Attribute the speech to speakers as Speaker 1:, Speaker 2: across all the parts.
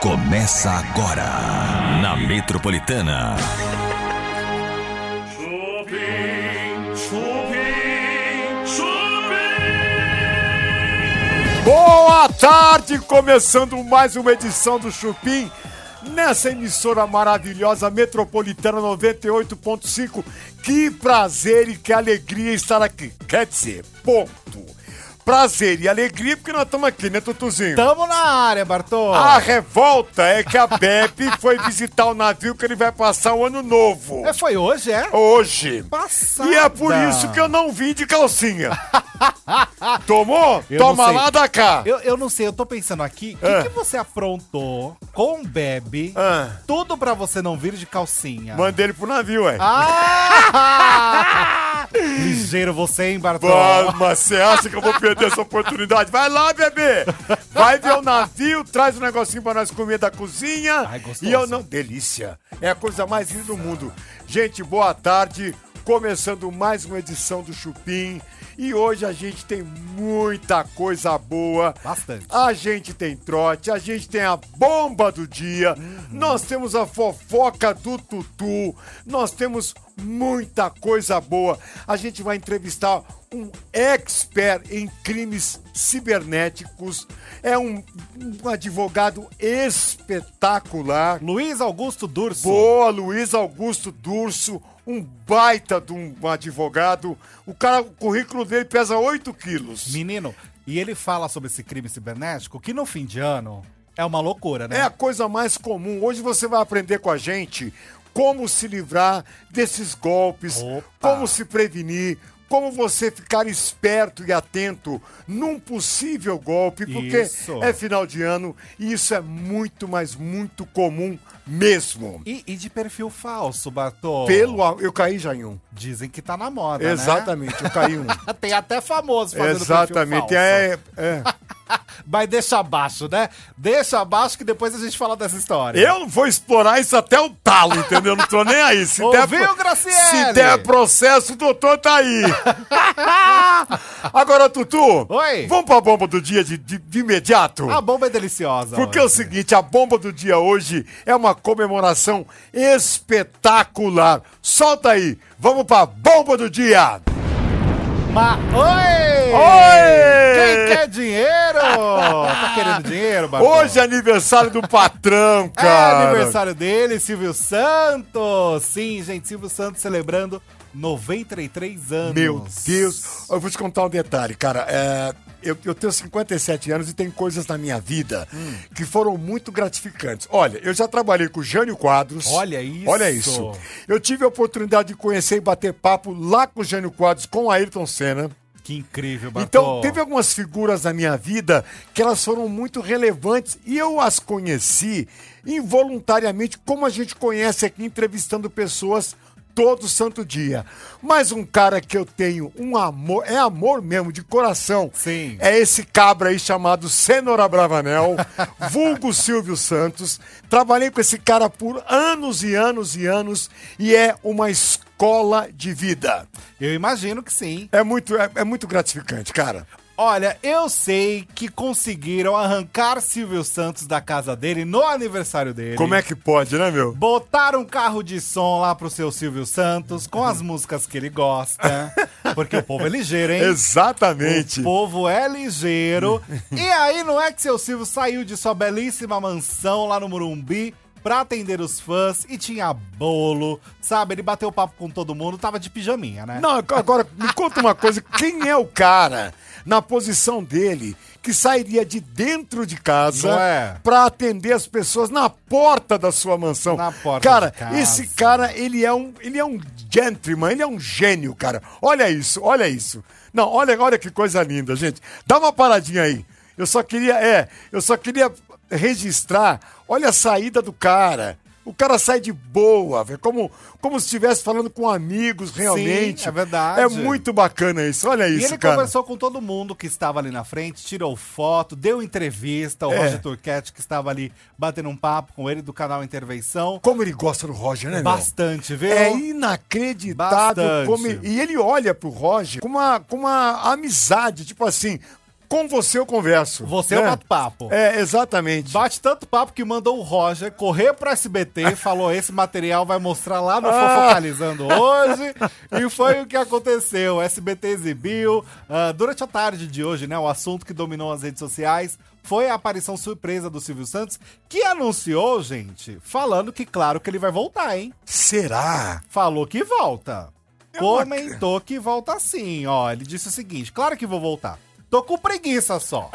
Speaker 1: Começa agora na Metropolitana.
Speaker 2: Chupim, chupim, chupim.
Speaker 3: Boa tarde, começando mais uma edição do Chupim. Nessa emissora maravilhosa Metropolitana 98.5, que prazer e que alegria estar aqui. Quer dizer, ponto. Prazer e alegria porque nós estamos aqui, né, Tutuzinho?
Speaker 4: Tamo na área, Bartô.
Speaker 3: A revolta é que a Pepe foi visitar o navio que ele vai passar o ano novo.
Speaker 4: É, foi hoje, é?
Speaker 3: Hoje.
Speaker 4: Passada.
Speaker 3: E é por isso que eu não vim de calcinha. Tomou?
Speaker 4: Eu não
Speaker 3: Toma
Speaker 4: sei.
Speaker 3: lá da cá.
Speaker 4: Eu, eu não sei, eu tô pensando aqui, o que,
Speaker 3: Ah.
Speaker 4: que você aprontou com o Bebe,
Speaker 3: Ah.
Speaker 4: tudo pra você não vir de calcinha?
Speaker 3: Mandei ele pro navio, ué.
Speaker 4: Ah! Ligeiro você, hein, Bartô?
Speaker 3: Pô, Mas você acha que eu vou perder essa oportunidade? Vai lá, bebê! Vai ver o navio, traz um negocinho pra nós comer da cozinha.
Speaker 4: Ai, gostoso.
Speaker 3: e eu não. Delícia! É a coisa mais linda do mundo. Gente, boa tarde. Começando mais uma edição do Chupim. E hoje a gente tem muita coisa boa.
Speaker 4: Bastante.
Speaker 3: A gente tem trote, a gente tem a bomba do dia, nós temos a fofoca do Tutu, nós temos muita coisa boa. A gente vai entrevistar um expert em crimes cibernéticos, é um, um advogado espetacular.
Speaker 4: Luiz Augusto Durso.
Speaker 3: Boa, Luiz Augusto Durso, um baita de um advogado. O cara, o currículo dele pesa 8 quilos.
Speaker 4: Menino, e ele fala sobre esse crime cibernético que no fim de ano é uma loucura, né?
Speaker 3: É a coisa mais comum. Hoje você vai aprender com a gente como se livrar desses golpes,
Speaker 4: Opa.
Speaker 3: como se prevenir, como você ficar esperto e atento num possível golpe, porque
Speaker 4: Isso.
Speaker 3: é final de ano e isso é muito, mas muito comum mesmo.
Speaker 4: E, e de perfil falso, Bartô.
Speaker 3: Pelo a- eu caí já em um.
Speaker 4: Dizem que tá na moda, né?
Speaker 3: Exatamente, eu caí em um.
Speaker 4: Tem até famoso fazendo
Speaker 3: Exatamente.
Speaker 4: perfil falso.
Speaker 3: É, é.
Speaker 4: Mas deixa abaixo, né? Deixa abaixo que depois a gente fala dessa história.
Speaker 3: Eu não vou explorar isso até o talo, entendeu? Não tô nem aí. Se der,
Speaker 4: Ouviu, Graciele?
Speaker 3: se der processo, o doutor tá aí. Agora, Tutu,
Speaker 4: Oi.
Speaker 3: vamos pra bomba do dia de, de- de imediato?
Speaker 4: A bomba é deliciosa.
Speaker 3: Porque é o
Speaker 4: hoje.
Speaker 3: seguinte, a bomba do dia hoje é uma comemoração espetacular. Solta aí, vamos pra bomba do dia.
Speaker 4: Ma... Oi!
Speaker 3: Oi!
Speaker 4: Quem quer dinheiro? tá querendo dinheiro, Bartô?
Speaker 3: Hoje é aniversário do patrão,
Speaker 4: É
Speaker 3: cara.
Speaker 4: aniversário dele, Silvio Santos! Sim, gente, Silvio Santos celebrando 93 anos.
Speaker 3: Meu Deus! Eu vou te contar um detalhe, cara. É, eu, eu tenho 57 anos e tem coisas na minha vida
Speaker 4: Hum.
Speaker 3: que foram muito gratificantes. Olha, eu já trabalhei com o Jânio Quadros.
Speaker 4: Olha isso.
Speaker 3: Olha isso. Eu tive a oportunidade de conhecer e bater papo lá com o Jânio Quadros, com o Ayrton Senna.
Speaker 4: Que incrível, Bartô.
Speaker 3: Então, teve algumas figuras na minha vida que elas foram muito relevantes e eu as conheci involuntariamente, como a gente conhece aqui entrevistando pessoas todo santo dia. Mas um cara que eu tenho um amor, é amor mesmo, de coração.
Speaker 4: Sim.
Speaker 3: É esse cabra aí chamado Cenoura Bravanel, vulgo Silvio Santos. Trabalhei com esse cara por anos e anos e anos e é uma escola de vida.
Speaker 4: Eu imagino que sim.
Speaker 3: É muito, é- é muito gratificante, cara.
Speaker 4: Olha, eu sei que conseguiram arrancar Silvio Santos da casa dele no aniversário dele.
Speaker 3: Como é que pode, né, meu?
Speaker 4: Botaram um carro de som lá pro seu Silvio Santos com as
Speaker 3: Uhum.
Speaker 4: músicas que ele gosta. Porque o povo é ligeiro, hein?
Speaker 3: Exatamente.
Speaker 4: O povo é ligeiro. E aí não é que seu Silvio saiu de sua belíssima mansão lá no Murumbi pra atender os fãs e tinha bolo, sabe? Ele bateu papo com todo mundo, tava de pijaminha, né?
Speaker 3: Não, agora me conta uma coisa, quem é o cara na posição dele que sairia de dentro de casa
Speaker 4: Não é?
Speaker 3: pra atender as pessoas na porta da sua mansão?
Speaker 4: Na porta
Speaker 3: cara,
Speaker 4: de casa.
Speaker 3: esse cara, ele é um, ele é um gentleman, ele é um gênio, cara. Olha isso, olha isso. Não, olha, olha que coisa linda, gente. Dá uma paradinha aí. Eu só queria, é, eu só queria registrar. Olha a saída do cara. O cara sai de boa, velho, como, como se estivesse falando com amigos realmente.
Speaker 4: é verdade.
Speaker 3: É muito bacana isso. Olha
Speaker 4: E
Speaker 3: isso,
Speaker 4: ele
Speaker 3: cara.
Speaker 4: conversou com todo mundo que estava ali na frente, tirou foto, deu entrevista. O
Speaker 3: É.
Speaker 4: Roger Turquete, que estava ali batendo um papo com ele do canal Intervenção.
Speaker 3: Como ele gosta do Roger, né, meu?
Speaker 4: Bastante, viu?
Speaker 3: É inacreditável
Speaker 4: Bastante.
Speaker 3: como ele- E ele olha pro Roger com uma, com uma amizade, tipo assim. Com você eu converso.
Speaker 4: Você
Speaker 3: né?
Speaker 4: é o bate-papo.
Speaker 3: É, exatamente.
Speaker 4: Bate tanto papo que mandou o Roger correr pro SBT, falou: esse material vai mostrar lá no
Speaker 3: Ah.
Speaker 4: Fofocalizando hoje. E foi o que aconteceu. O SBT exibiu. ah, durante a tarde de hoje, né? O assunto que dominou as redes sociais foi a aparição surpresa do Silvio Santos, que anunciou, gente, falando que, claro, que ele vai voltar, hein?
Speaker 3: Será?
Speaker 4: Falou que volta.
Speaker 3: não
Speaker 4: Comentou que volta sim, ó. Ele disse o seguinte: claro que vou voltar. Tô com preguiça só.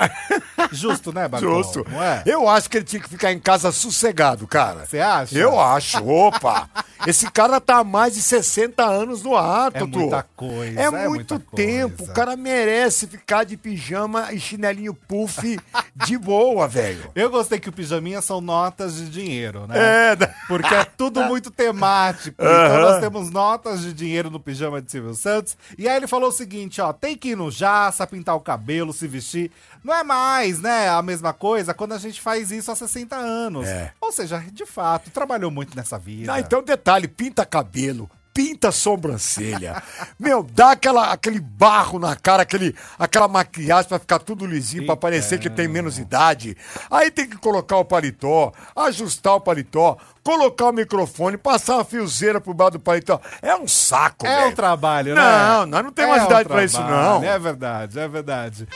Speaker 4: Justo, né, Bartol?
Speaker 3: Justo.
Speaker 4: Não é?
Speaker 3: Eu acho que ele tinha que ficar em casa sossegado, cara.
Speaker 4: Você acha?
Speaker 3: Eu acho, opa! Esse cara tá há mais de 60 anos no ar,
Speaker 4: É
Speaker 3: Tutu.
Speaker 4: muita coisa,
Speaker 3: É,
Speaker 4: é
Speaker 3: muito
Speaker 4: muita
Speaker 3: tempo.
Speaker 4: coisa.
Speaker 3: O cara merece ficar de pijama e chinelinho puff de boa, velho.
Speaker 4: Eu gostei que o pijaminha são notas de dinheiro, né?
Speaker 3: É, da-
Speaker 4: Porque é tudo muito temático. Então nós temos notas de dinheiro no pijama de Silvio Santos. E aí ele falou o seguinte, ó, tem que ir no jaça, pintar o cabelo, se vestir. Não é mais, né, a mesma coisa quando a gente faz isso há 60 anos.
Speaker 3: É.
Speaker 4: Ou seja, de fato, trabalhou muito nessa vida.
Speaker 3: Ah, então detalhe, pinta cabelo, pinta sobrancelha. Meu, dá aquela, aquele barro na cara, aquele, aquela maquiagem pra ficar tudo lisinho, pra parecer que tem menos idade. Aí tem que colocar o paletó, ajustar o paletó, colocar o microfone, passar uma fiozeira pro bar do paletó. É um saco,
Speaker 4: É
Speaker 3: velho.
Speaker 4: um trabalho, né?
Speaker 3: Não, nós não temos mais
Speaker 4: um
Speaker 3: idade pra isso,
Speaker 4: trabalho,
Speaker 3: não.
Speaker 4: É verdade, é verdade.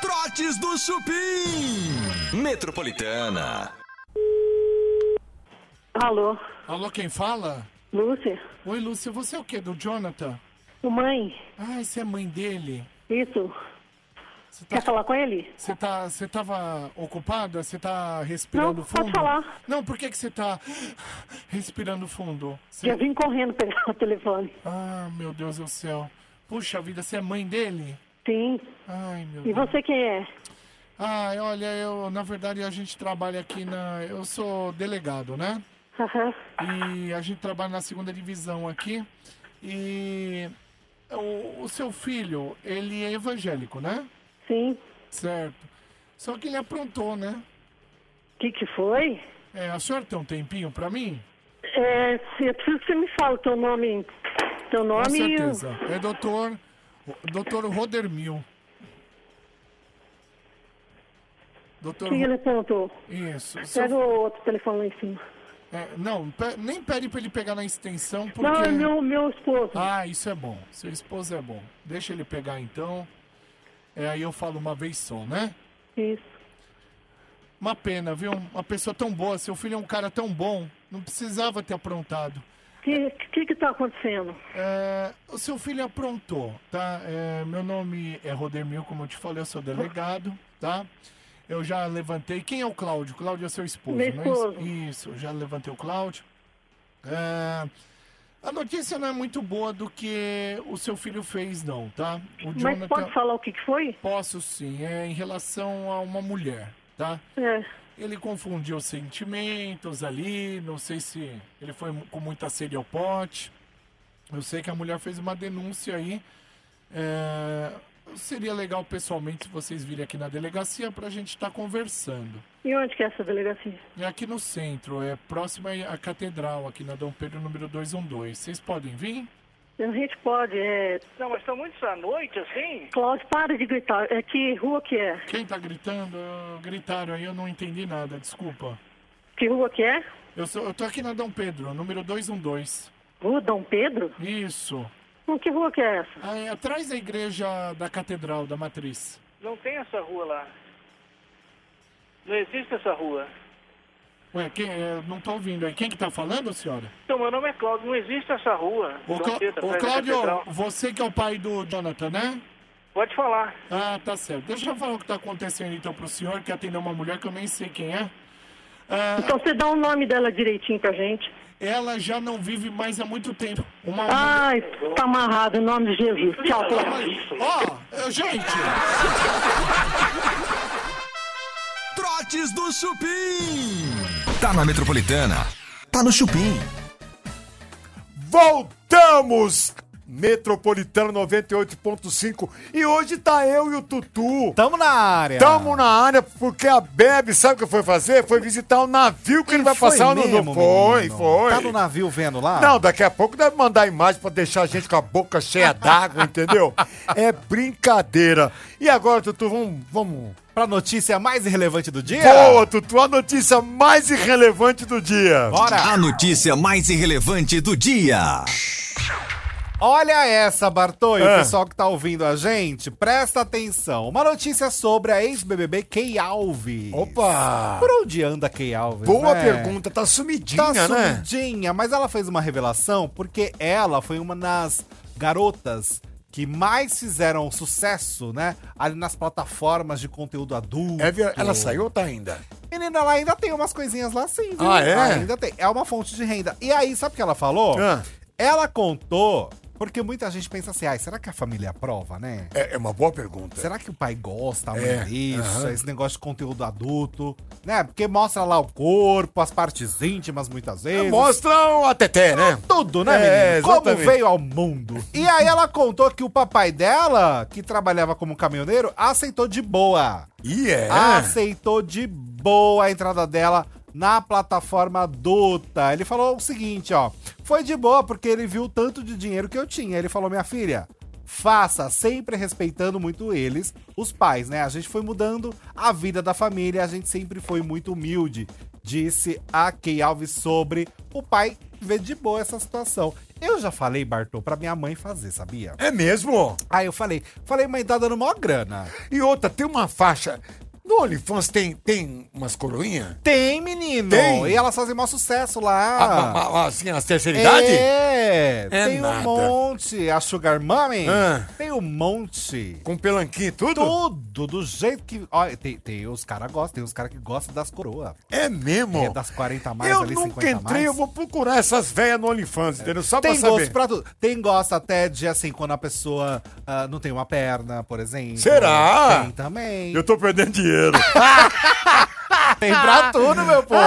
Speaker 1: Trotes do Chupim. Metropolitana.
Speaker 5: Alô,
Speaker 6: Alô, quem fala?
Speaker 5: Lúcia?
Speaker 6: Oi, Lúcia, você é o quê? Do Jonathan?
Speaker 5: Ô, Mãe,
Speaker 6: Ah, você é mãe dele?
Speaker 5: isso?
Speaker 6: Você
Speaker 5: Quer
Speaker 6: tá,
Speaker 5: falar com ele?
Speaker 6: você tá, você tava ocupada? Você tá respirando
Speaker 5: Não, pode
Speaker 6: fundo?
Speaker 5: falar.
Speaker 6: Não, por que que você tá respirando fundo? Você-
Speaker 5: Já vim correndo pegar o telefone.
Speaker 6: Ah, meu Deus do céu. Puxa vida, você é mãe dele?
Speaker 5: Sim.
Speaker 6: Ai, meu
Speaker 5: E
Speaker 6: Deus.
Speaker 5: você quem é?
Speaker 6: Ah, olha, eu, na verdade, a gente trabalha aqui na... Eu sou delegado, né?
Speaker 5: Aham.
Speaker 6: E a gente trabalha na segunda divisão aqui. E o, o seu filho, ele é evangélico, né?
Speaker 5: Sim.
Speaker 6: Certo. Só que ele aprontou, né?
Speaker 5: O que, que foi?
Speaker 6: É, a senhora tem um tempinho pra mim?
Speaker 5: É, se- eu preciso que você me fale o teu nome. Teu
Speaker 6: Com
Speaker 5: nome e o-
Speaker 6: certeza. É doutor, doutor Rodermil. Doutor...
Speaker 5: que ele apontou.
Speaker 6: Isso. o
Speaker 5: Pega
Speaker 6: Seu...
Speaker 5: o outro telefone lá em cima.
Speaker 6: É, não, pe- nem pede pra ele pegar na extensão, porque...
Speaker 5: Não, é meu, meu esposo.
Speaker 6: Ah, isso é bom. Seu esposo é bom. Deixa ele pegar, então. É, aí eu falo uma vez só, né?
Speaker 5: Isso.
Speaker 6: Uma pena, viu? Uma pessoa tão boa, seu filho é um cara tão bom, não precisava ter aprontado.
Speaker 5: O que, que que tá acontecendo?
Speaker 6: É, o seu filho aprontou, tá? É, meu nome é Rodermil, como eu te falei, eu sou delegado, tá? Eu já levantei. Quem é o Cláudio? Cláudio é seu esposo,
Speaker 5: Meu
Speaker 6: não é isso?
Speaker 5: esposo.
Speaker 6: Isso, eu já levantei o Cláudio. É, a notícia não é muito boa do que o seu filho fez, não, tá? O
Speaker 5: Mas pode falar o que, que foi?
Speaker 6: Posso sim, é em relação a uma mulher, tá?
Speaker 5: É.
Speaker 6: Ele confundiu sentimentos ali, não sei se ele foi mu- com muita sede ao pote. Eu sei que a mulher fez uma denúncia aí. É, Seria legal pessoalmente se vocês virem aqui na delegacia para a gente estar conversando.
Speaker 5: E onde que é essa delegacia?
Speaker 6: É aqui no centro, é próximo aí à catedral, aqui na Dom Pedro número 212. Vocês podem vir?
Speaker 5: A gente pode, é...
Speaker 7: Não, mas estão muitos à noite, assim?
Speaker 5: Cláudio, para de gritar. É que rua que é?
Speaker 6: Quem tá gritando? Ah, Gritaram aí, eu não entendi nada, desculpa.
Speaker 5: Que rua que é?
Speaker 6: Eu, sou, eu tô aqui na Dom Pedro, número 212.
Speaker 5: Rua Dom Pedro?
Speaker 6: Isso.
Speaker 5: Não, que rua que é essa?
Speaker 6: Ah, é atrás da igreja da catedral, da matriz.
Speaker 7: Não tem essa rua lá. Não existe essa rua.
Speaker 6: Ué, quem, é, não tô ouvindo aí. Quem que tá falando, senhora?
Speaker 7: Então, meu nome é Cláudio, não existe essa rua.
Speaker 6: Ô,
Speaker 7: Dom
Speaker 6: Clá-
Speaker 7: Pedro,
Speaker 6: ô,
Speaker 7: atrás tá da
Speaker 6: Cláudio,
Speaker 7: catedral.
Speaker 6: você que é o pai do Jonathan, né?
Speaker 7: Pode falar.
Speaker 6: Ah, tá certo. Deixa eu falar o que tá acontecendo então pro senhor, que atendeu uma mulher que eu nem sei quem é. Ah,
Speaker 5: Então você dá o nome dela direitinho pra gente.
Speaker 6: ela já não vive mais há muito tempo. Uma
Speaker 7: Ah,
Speaker 5: Ai, tá amarrado, em nome de Jesus. Tchau,
Speaker 7: é
Speaker 5: Cláudio.
Speaker 6: Ó, eu- gente!
Speaker 1: Trotes do Chupim. Tá na Metropolitana. Tá no Chupim.
Speaker 3: Voltamos! Metropolitana 98.5. E hoje tá eu e o Tutu.
Speaker 4: Tamo na área.
Speaker 3: Tamo na área porque a Bebe, sabe o que foi fazer? Foi visitar o navio que ele vai
Speaker 4: Foi
Speaker 3: passar o
Speaker 4: mesmo,
Speaker 3: Nuno. Foi,
Speaker 4: menino?
Speaker 3: foi.
Speaker 4: Tá no navio vendo lá?
Speaker 3: Não, daqui a pouco deve mandar imagem pra deixar a gente com a boca cheia d'água, entendeu? É brincadeira. E agora, Tutu, vamos. vamos...
Speaker 4: Pra notícia mais irrelevante do dia?
Speaker 3: Boa, Tutu, a notícia mais irrelevante do dia.
Speaker 4: Bora!
Speaker 1: A notícia mais irrelevante do dia.
Speaker 4: Olha essa, Bartô, e o
Speaker 3: Ah.
Speaker 4: pessoal que tá ouvindo a gente, presta atenção. Uma notícia sobre a ex-BBB Key Alves.
Speaker 3: Opa!
Speaker 4: Por onde anda Key Alves?
Speaker 3: Boa
Speaker 4: né?
Speaker 3: pergunta, tá sumidinha,
Speaker 4: Tá
Speaker 3: né?
Speaker 4: sumidinha, mas ela fez uma revelação porque ela foi uma das garotas que mais fizeram sucesso, né? Ali nas plataformas de conteúdo adulto.
Speaker 3: É ver- Ela saiu ou tá ainda?
Speaker 4: Menina, ela ainda tem umas coisinhas lá sim, viu?
Speaker 3: Ah, é?
Speaker 4: Ainda tem. É uma fonte de renda. E aí, sabe o que ela falou?
Speaker 3: Ah.
Speaker 4: Ela contou, porque muita gente pensa assim, ai, será que a família aprova, né?
Speaker 3: É, é uma boa pergunta.
Speaker 4: Será que o pai gosta, a mãe
Speaker 3: É,
Speaker 4: disso,
Speaker 3: aham.
Speaker 4: esse negócio de conteúdo adulto, né? Porque mostra lá o corpo, as partes íntimas muitas
Speaker 3: É,
Speaker 4: vezes.
Speaker 3: Mostram a Teté, né?
Speaker 4: Tudo, né,
Speaker 3: É,
Speaker 4: menino? Como
Speaker 3: exatamente.
Speaker 4: veio ao mundo. E aí ela contou que o papai dela, que trabalhava como caminhoneiro, aceitou de boa.
Speaker 3: E é.
Speaker 4: Aceitou de boa a entrada dela na plataforma adulta. Ele falou o seguinte, ó. Foi de boa porque ele viu o tanto de dinheiro que eu tinha. Ele falou, minha filha, faça, sempre respeitando muito eles, os pais, né? A gente foi mudando a vida da família, a gente sempre foi muito humilde. Disse a Key Alves sobre o pai ver de boa essa situação. Eu já falei, Bartô, pra minha mãe fazer, sabia?
Speaker 3: É mesmo?
Speaker 4: Aí eu falei, falei, mãe, tá dando maior grana.
Speaker 3: E outra, tem uma faixa. No OnlyFans tem, tem umas coroinhas?
Speaker 4: Tem, menino!
Speaker 3: Tem?
Speaker 4: E elas fazem maior sucesso
Speaker 3: Ah,
Speaker 4: lá.
Speaker 3: ah, ah, assim, as terceira idade?
Speaker 4: É,
Speaker 3: É
Speaker 4: tem
Speaker 3: nada.
Speaker 4: um monte. A Sugar Mummy
Speaker 3: Ah.
Speaker 4: tem um monte.
Speaker 3: Com pelanquinho e tudo?
Speaker 4: Tudo do jeito que. Olha, tem, tem os caras gostam, tem os caras que gostam das coroas.
Speaker 3: É mesmo?
Speaker 4: É das 40 a mais
Speaker 3: eu
Speaker 4: ali, 50
Speaker 3: nunca
Speaker 4: a
Speaker 3: entrei,
Speaker 4: mais. É.
Speaker 3: eu vou procurar essas velhas no OnlyFans, entendeu? Só
Speaker 4: Tem
Speaker 3: pra
Speaker 4: gosto
Speaker 3: saber.
Speaker 4: pra tudo. Tem gosto até de, assim, quando a pessoa ah, não tem uma perna, por exemplo.
Speaker 3: Será?
Speaker 4: Tem também.
Speaker 3: Eu tô perdendo dinheiro.
Speaker 4: Tem pra tudo, meu povo.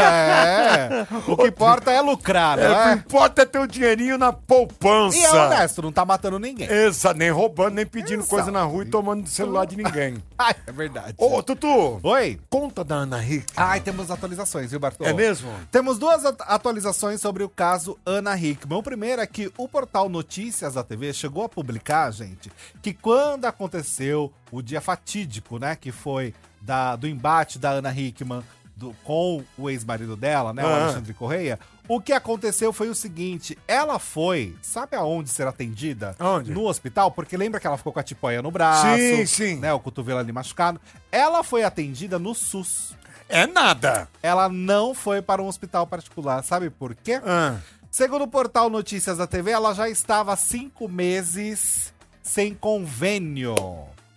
Speaker 4: é. O que importa é lucrar,
Speaker 3: É,
Speaker 4: né?
Speaker 3: O que importa é ter o dinheirinho na poupança.
Speaker 4: E é honesto, não tá matando ninguém.
Speaker 3: Exa, nem roubando, nem pedindo
Speaker 4: Exato.
Speaker 3: coisa na rua e tomando do celular de ninguém.
Speaker 4: Ai, é verdade.
Speaker 3: Ô, Tutu,
Speaker 4: Oi?
Speaker 3: conta da Ana Rica.
Speaker 4: Ai, temos atualizações, viu, Bartô?
Speaker 3: É mesmo?
Speaker 4: Temos duas at- atualizações sobre o caso Ana Hickman. O primeiro é que o portal Notícias da TV chegou a publicar, gente, que quando aconteceu o dia fatídico, né, que foi da, do embate da Ana Hickman do- com o ex-marido dela, né, o
Speaker 3: Ah.
Speaker 4: Alexandre Correia, o que aconteceu foi o seguinte, ela foi, sabe aonde ser atendida?
Speaker 3: Aonde?
Speaker 4: No hospital, porque lembra que ela ficou com a tipoia no braço,
Speaker 3: Sim, sim.
Speaker 4: né, o cotovelo ali machucado. Ela foi atendida no SUS
Speaker 3: É nada.
Speaker 4: ela não foi para um hospital particular. Sabe por quê?
Speaker 3: Ah,
Speaker 4: Segundo o portal Notícias da TV, ela já estava há cinco meses sem convênio.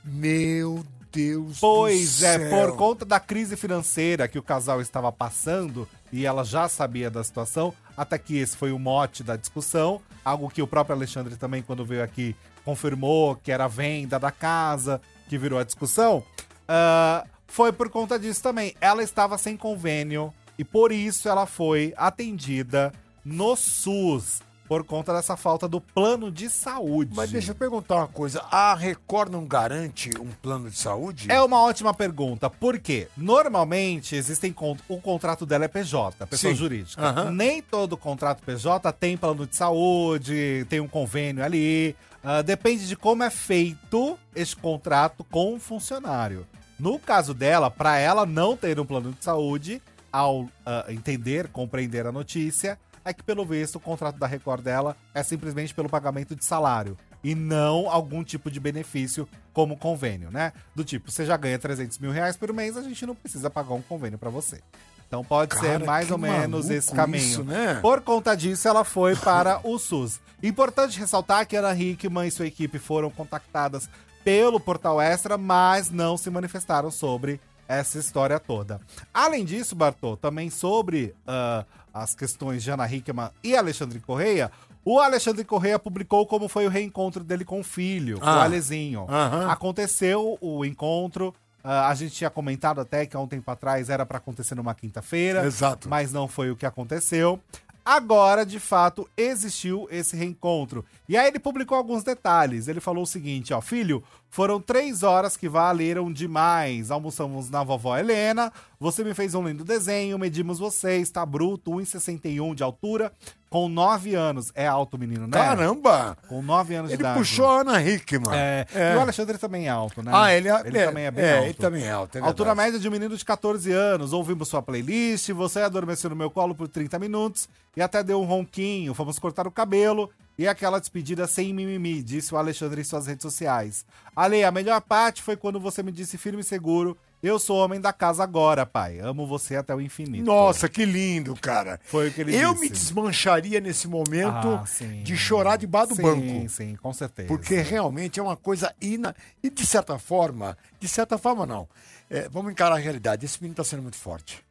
Speaker 3: Meu Deus
Speaker 4: Pois
Speaker 3: do
Speaker 4: é,
Speaker 3: céu.
Speaker 4: por conta da crise financeira que o casal estava passando e ela já sabia da situação, até que esse foi o mote da discussão, algo que o próprio Alexandre também, quando veio aqui, confirmou que era a venda da casa, que virou a discussão. Ah, foi por conta disso também. Ela estava sem convênio e por isso ela foi atendida no SUS. Por conta dessa falta do plano de saúde.
Speaker 3: Mas deixa eu perguntar uma coisa. A Record não garante um plano de saúde?
Speaker 4: É uma ótima pergunta, porque normalmente existem con- o contrato dela é PJ, pessoa
Speaker 3: Sim.
Speaker 4: jurídica.
Speaker 3: Aham.
Speaker 4: Nem todo contrato PJ tem plano de saúde, tem um convênio ali. Ah, depende de como é feito esse contrato com o funcionário. No caso dela, para ela não ter um plano de saúde, ao ah, entender, compreender a notícia, é que pelo visto o contrato da Record dela é simplesmente pelo pagamento de salário e não algum tipo de benefício como convênio, né? Do tipo, você já ganha 300 mil reais por mês, a gente não precisa pagar um convênio para você. Então pode
Speaker 3: Cara,
Speaker 4: ser mais
Speaker 3: que
Speaker 4: ou menos
Speaker 3: maluco
Speaker 4: esse caminho.
Speaker 3: isso, né?
Speaker 4: Por conta disso, ela foi para o SUS. Importante ressaltar que Ana Hickman e sua equipe foram contactadas pelo Portal Extra, mas não se manifestaram sobre essa história toda. Além disso, Bartô, também sobre ah, as questões de Ana Hickman e Alexandre Correia, o Alexandre Correia publicou como foi o reencontro dele com o filho, com o
Speaker 3: Ah.
Speaker 4: Alezinho.
Speaker 3: Aham.
Speaker 4: Aconteceu o encontro. ah, a gente tinha comentado até que há um tempo atrás era para acontecer numa quinta-feira.
Speaker 3: Exato.
Speaker 4: Mas não foi o que aconteceu. Agora, de fato, existiu esse reencontro. E aí ele publicou alguns detalhes. Ele falou o seguinte, ó, filho, foram três horas que valeram demais. Almoçamos na vovó Helena, você me fez um lindo desenho, medimos você, está bruto, 1,61 de altura, com nove anos. É alto, menino, né?
Speaker 3: Caramba!
Speaker 4: Com nove anos
Speaker 3: Ele
Speaker 4: de idade.
Speaker 3: puxou a Ana Hickman.
Speaker 4: É, E o Alexandre também é alto, né?
Speaker 3: Ah, ele, é- é-
Speaker 4: também é bem
Speaker 3: é,
Speaker 4: alto.
Speaker 3: Ele também é alto. é
Speaker 4: Altura
Speaker 3: verdade.
Speaker 4: média de um menino de 14 anos. Ouvimos sua playlist, você adormeceu no meu colo por 30 minutos e até deu um ronquinho. Fomos cortar o cabelo e aquela despedida sem mimimi, disse o Alexandre em suas redes sociais. Ale, a melhor parte foi quando você me disse firme e seguro: Eu sou homem da casa agora, pai. Amo você até o infinito.
Speaker 3: Nossa, que lindo, cara.
Speaker 4: Foi o que ele
Speaker 3: Eu
Speaker 4: disse.
Speaker 3: me desmancharia nesse momento
Speaker 4: Ah, sim.
Speaker 3: de chorar debaixo do
Speaker 4: sim,
Speaker 3: banco.
Speaker 4: Sim, com certeza.
Speaker 3: Porque realmente é uma coisa ina... E de certa forma, de certa forma não. É, vamos encarar a realidade. Esse menino tá sendo muito forte.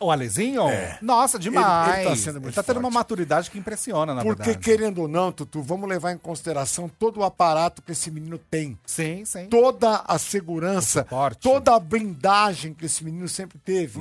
Speaker 4: O Alezinho?
Speaker 3: É.
Speaker 4: Nossa, demais.
Speaker 3: Ele- ele tá sendo muito
Speaker 4: tá tendo uma
Speaker 3: forte.
Speaker 4: maturidade que impressiona, na
Speaker 3: Porque,
Speaker 4: verdade.
Speaker 3: querendo ou não, Tutu, vamos levar em consideração todo o aparato que esse menino tem.
Speaker 4: Sim, sim.
Speaker 3: Toda a segurança,
Speaker 4: suporte. Uhum.
Speaker 3: toda a blindagem que esse menino sempre teve.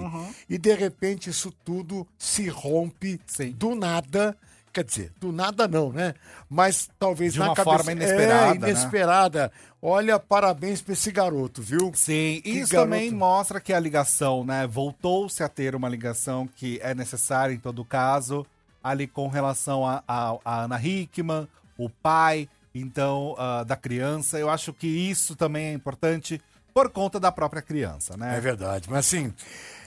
Speaker 3: E, de repente, isso tudo se rompe
Speaker 4: Sim.
Speaker 3: do nada. Quer dizer, do nada não, né? Mas talvez
Speaker 4: De
Speaker 3: na
Speaker 4: uma
Speaker 3: cabeça...
Speaker 4: forma inesperada, né?
Speaker 3: É, inesperada. Olha, parabéns pra esse garoto, viu?
Speaker 4: Sim,
Speaker 3: Que
Speaker 4: isso
Speaker 3: garoto.
Speaker 4: também mostra que a ligação, né, voltou-se a ter uma ligação que é necessária em todo caso, ali com relação a, a- a Ana Hickman, o pai, então, ah, da criança. Eu acho que isso também é importante por conta da própria criança, né?
Speaker 3: É verdade, mas assim,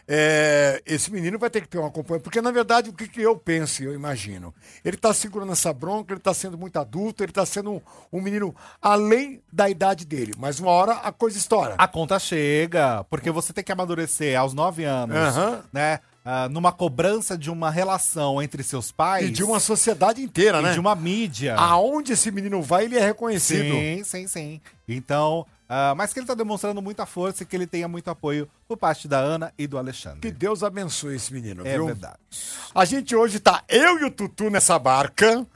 Speaker 3: é, esse menino vai ter que ter um acompanhamento, porque na verdade o que, que eu penso e eu imagino? Ele tá segurando essa bronca, ele tá sendo muito adulto, ele tá sendo um, um menino além da idade dele, mas uma hora a coisa estoura.
Speaker 4: A conta chega, porque você tem que amadurecer aos nove anos,
Speaker 3: Aham.
Speaker 4: né? ah, numa cobrança de uma relação entre seus pais
Speaker 3: E de uma sociedade inteira,
Speaker 4: Ah, e
Speaker 3: né?
Speaker 4: de uma mídia.
Speaker 3: Aonde esse menino vai, ele é reconhecido.
Speaker 4: Sim, sim, sim. Então, ah, mas que ele tá demonstrando muita força e que ele tenha muito apoio por parte da Ana e do
Speaker 3: Que
Speaker 4: Alexandre.
Speaker 3: Deus abençoe esse menino,
Speaker 4: é
Speaker 3: viu?
Speaker 4: verdade.
Speaker 3: A gente hoje tá eu e o Tutu nessa barca,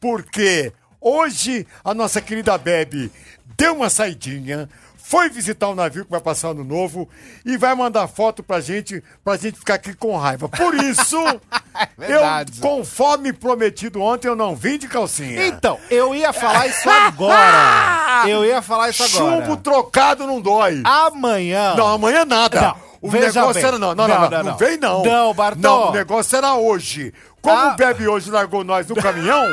Speaker 3: porque hoje a nossa querida Bebe deu uma saidinha, foi visitar o navio que vai passar ano novo e vai mandar foto pra gente, pra gente ficar aqui com raiva. Por isso, eu,
Speaker 4: É verdade.
Speaker 3: conforme prometido ontem, eu não vim de calcinha.
Speaker 4: Então, eu ia falar isso agora. Eu ia falar isso agora.
Speaker 3: Chumbo trocado não dói.
Speaker 4: Amanhã.
Speaker 3: Não, amanhã nada.
Speaker 4: Não,
Speaker 3: O
Speaker 4: veja
Speaker 3: negócio
Speaker 4: bem.
Speaker 3: era não. Não, não, não, não, vem não.
Speaker 4: Não, Bartô.
Speaker 3: Não, o negócio era hoje. Como
Speaker 4: Ah.
Speaker 3: o Bebe hoje largou nós no caminhão,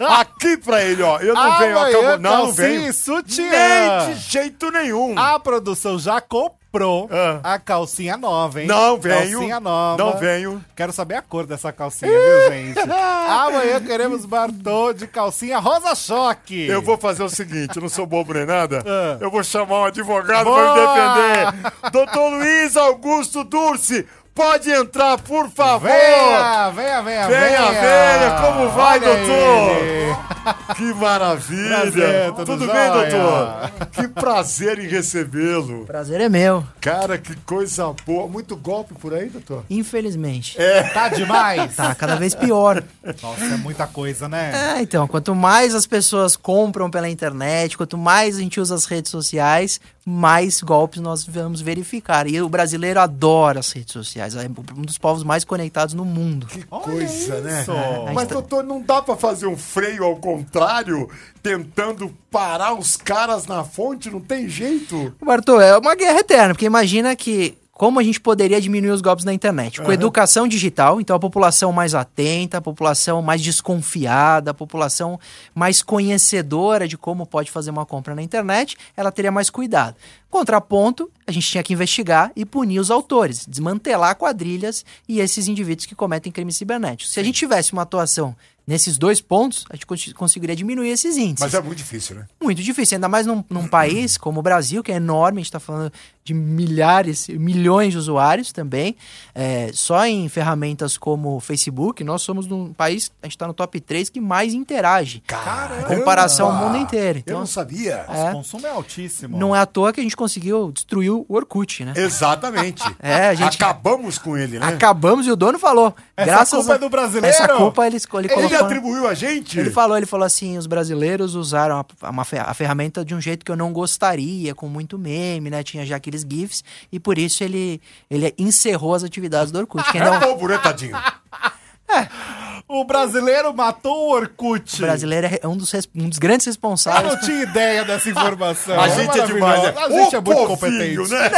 Speaker 3: aqui pra ele, ó. Eu não venho,
Speaker 4: Amanhã,
Speaker 3: acabou. Não, não
Speaker 4: calcinha e
Speaker 3: venho.
Speaker 4: sutiã. Ah.
Speaker 3: Nem de jeito nenhum.
Speaker 4: A produção já comprou
Speaker 3: Ah.
Speaker 4: a calcinha nova, hein?
Speaker 3: Não venho.
Speaker 4: Calcinha nova.
Speaker 3: Não venho.
Speaker 4: Quero saber a cor dessa calcinha, viu, gente? Amanhã queremos Bartô de calcinha rosa choque.
Speaker 3: Eu vou fazer o seguinte, eu não sou bobo nem nada.
Speaker 4: Ah.
Speaker 3: Eu vou chamar um advogado pra
Speaker 4: Boa!
Speaker 3: me defender. Doutor Luiz Augusto Durce, pode entrar, por favor.
Speaker 4: Venha, venha, venha,
Speaker 3: Venha, venha, como vai,
Speaker 4: Olha
Speaker 3: doutor?
Speaker 4: ele.
Speaker 3: Que maravilha!
Speaker 4: Prazer, tudo
Speaker 3: bem,
Speaker 4: jóia?
Speaker 3: doutor? Que prazer em recebê-lo.
Speaker 8: Prazer é meu,
Speaker 3: Cara, que coisa boa. Muito golpe por aí, doutor?
Speaker 8: infelizmente.
Speaker 4: Tá demais?
Speaker 8: Tá cada vez pior.
Speaker 4: Nossa, é muita coisa, né?
Speaker 8: É, então, quanto mais as pessoas compram pela internet, quanto mais a gente usa as redes sociais, mais golpes nós vamos verificar. E o brasileiro adora as redes sociais, é um dos povos mais conectados no mundo.
Speaker 3: Que coisa, né?
Speaker 4: isso.
Speaker 3: Mas,
Speaker 8: Aí tá.
Speaker 3: doutor, não dá pra fazer um freio ao contrário, tentando parar os caras na fonte? Não tem jeito?
Speaker 8: Bartô, é uma guerra eterna, porque imagina que como a gente poderia diminuir os golpes na internet? Com educação digital, então a população mais atenta, a população mais desconfiada, a população mais conhecedora de como pode fazer uma compra na internet, ela teria mais cuidado. Contraponto, a gente tinha que investigar e punir os autores, desmantelar quadrilhas e esses indivíduos que cometem crimes cibernéticos. Se a gente tivesse uma atuação nesses dois pontos, a gente cons- conseguiria diminuir esses índices.
Speaker 3: Mas é muito difícil, né?
Speaker 8: Muito difícil, ainda mais num, num país como o Brasil, que é enorme, a gente está falando de milhares, milhões de usuários também. É, só em ferramentas como o Facebook, nós somos num país, a gente está no top 3 que mais interage.
Speaker 3: Caramba!
Speaker 8: comparação ao mundo inteiro, então-
Speaker 3: Eu não sabia.
Speaker 4: Nossa, o consumo é altíssimo.
Speaker 8: Não é à toa que a gente conseguiu destruir o Orkut, né?
Speaker 3: Exatamente.
Speaker 8: É, a gente-
Speaker 3: Acabamos com ele, né?
Speaker 8: Acabamos e o dono falou.
Speaker 4: Essa
Speaker 8: graças
Speaker 4: culpa
Speaker 8: a-
Speaker 4: é do brasileiro?
Speaker 8: Essa culpa ele, ele
Speaker 3: Ele
Speaker 8: colocou.
Speaker 3: atribuiu a gente?
Speaker 8: um- Ele falou, ele falou assim, os brasileiros usaram a, uma fe- a ferramenta de um jeito que eu não gostaria, com muito meme, né? Tinha já aqueles GIFs, e por isso ele, ele encerrou as atividades do Orkut. que ainda é um- é-
Speaker 3: Ô, buretadinho.
Speaker 4: O brasileiro matou o Orkut.
Speaker 8: O brasileiro é um dos, res- um dos grandes
Speaker 4: Eu
Speaker 8: responsáveis.
Speaker 4: não tinha ideia dessa informação.
Speaker 3: A gente é demais,
Speaker 4: maravilhoso.
Speaker 3: né?
Speaker 4: A gente
Speaker 3: O
Speaker 4: é muito
Speaker 3: povinho,
Speaker 4: competente.
Speaker 3: né?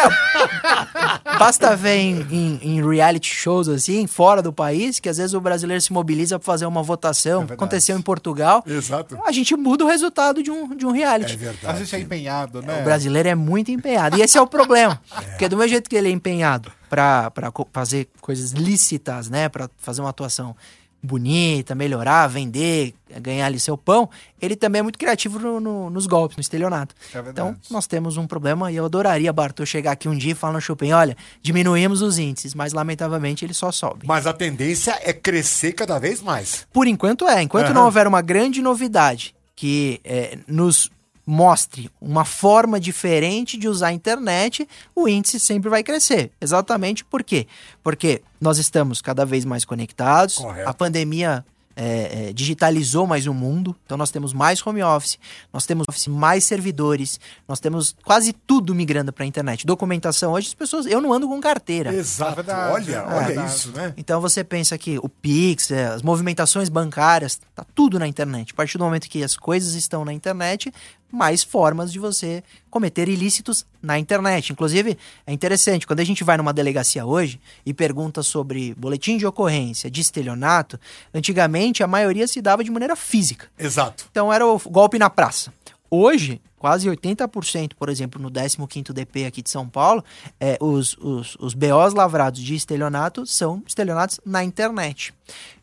Speaker 8: Basta ver em, em- em reality shows assim, fora do país, que às vezes o brasileiro se mobiliza para fazer uma votação. Aconteceu em Portugal.
Speaker 3: Exato.
Speaker 8: A gente muda o resultado de um, de um reality.
Speaker 4: A gente é empenhado, né?
Speaker 8: O brasileiro é muito empenhado. E esse é o problema. Porque do mesmo jeito que ele é empenhado pra pra co- fazer coisas lícitas, né? Pra fazer uma atuação bonita, melhorar, vender, ganhar ali seu pão, ele também é muito criativo no- no- nos golpes, no estelionato.
Speaker 4: É verdade.
Speaker 8: então, nós temos um problema e eu adoraria, Bartô, chegar aqui um dia e falar no Chopin, olha, diminuímos os índices, mas lamentavelmente ele só sobe.
Speaker 3: Mas a tendência é crescer cada vez mais.
Speaker 8: Por enquanto é. Enquanto não houver uma grande novidade que eh, nos mostre uma forma diferente de usar a internet, o índice sempre vai crescer. Exatamente por quê? Porque nós estamos cada vez mais conectados,
Speaker 3: Correto.
Speaker 8: a pandemia eh, eh, digitalizou mais o mundo, então nós temos mais home office, nós temos office- mais servidores, nós temos quase tudo migrando para a internet. Documentação, hoje as pessoas... Eu não ando com carteira.
Speaker 3: Exato.
Speaker 4: verdade.
Speaker 3: Olha,
Speaker 4: É
Speaker 3: olha
Speaker 4: verdade.
Speaker 3: isso, né?
Speaker 8: Então você pensa que o Pix, eh, as movimentações bancárias, tá tudo na internet. A partir do momento que as coisas estão na internet, mais formas de você cometer ilícitos na internet. Inclusive, é interessante, quando a gente vai numa delegacia hoje e pergunta sobre boletim de ocorrência de estelionato, antigamente a maioria se dava de maneira física.
Speaker 3: Exato.
Speaker 8: Então era o golpe na praça. Hoje, quase 80%, por exemplo, no 15º DP aqui de São Paulo, é, os, os, os BOs lavrados de estelionato são estelionatos na internet.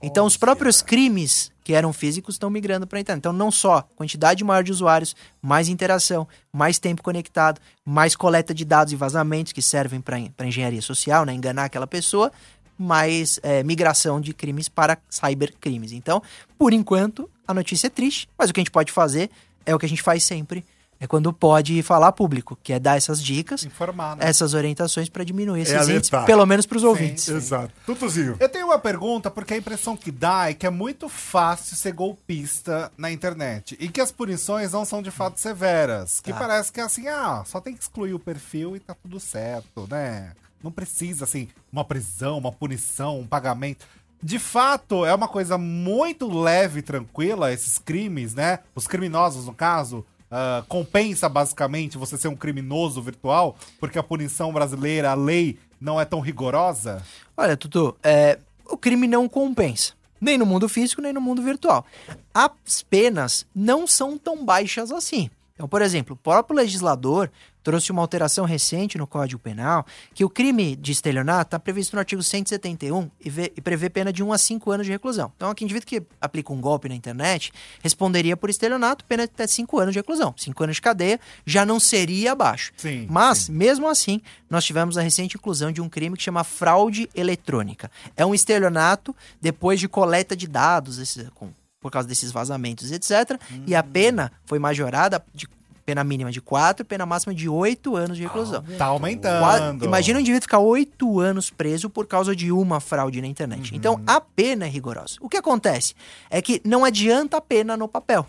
Speaker 8: Então, os próprios crimes que eram físicos estão migrando para a internet. Então, não só quantidade maior de usuários, mais interação, mais tempo conectado, mais coleta de dados e vazamentos que servem para engenharia social, né? enganar aquela pessoa, mais é, migração de crimes para cybercrimes. Então, por enquanto, a notícia é triste, mas o que a gente pode fazer é o que a gente faz sempre, é quando pode falar a público, que é dar essas dicas,
Speaker 4: Informar, né? É
Speaker 8: essas orientações para diminuir esses índices,
Speaker 3: alertar.
Speaker 8: pelo menos para os ouvintes.
Speaker 3: Exato. Tutuzinho.
Speaker 4: Eu tenho uma pergunta, porque a impressão que dá é que é muito fácil ser golpista na internet. E que as punições não são de fato severas. Que
Speaker 8: Tá.
Speaker 4: parece que é assim, ah, só tem que excluir o perfil e tá tudo certo, né? Não precisa, assim, uma prisão, uma punição, um pagamento. De fato, é uma coisa muito leve e tranquila, esses crimes, né? Os criminosos, no caso, ah, compensa basicamente você ser um criminoso virtual, porque a punição brasileira, a lei, não é tão rigorosa?
Speaker 8: Olha, Tutu, é, o crime não compensa. Nem no mundo físico, nem no mundo virtual. As penas não são tão baixas assim. Então, por exemplo, o próprio legislador trouxe uma alteração recente no Código Penal que o crime de estelionato está previsto no artigo 171 e, vê- e prevê pena de 1 a 5 anos de reclusão. Então, aquele indivíduo que aplica um golpe na internet responderia por estelionato pena de até 5 anos de reclusão. 5 anos de cadeia já não seria abaixo.
Speaker 4: Sim,
Speaker 8: Mas, mesmo assim, nós tivemos a recente inclusão de um crime que chama fraude eletrônica. É um estelionato depois de coleta de dados esse- com- por causa desses vazamentos, etc. E a pena foi majorada de pena mínima de 4, pena máxima de 8 anos de reclusão.
Speaker 4: Tá
Speaker 8: Qua-
Speaker 4: aumentando.
Speaker 8: Imagina um indivíduo ficar oito anos preso por causa de uma fraude na internet. Então, a pena é rigorosa. O que acontece é que não adianta a pena no papel.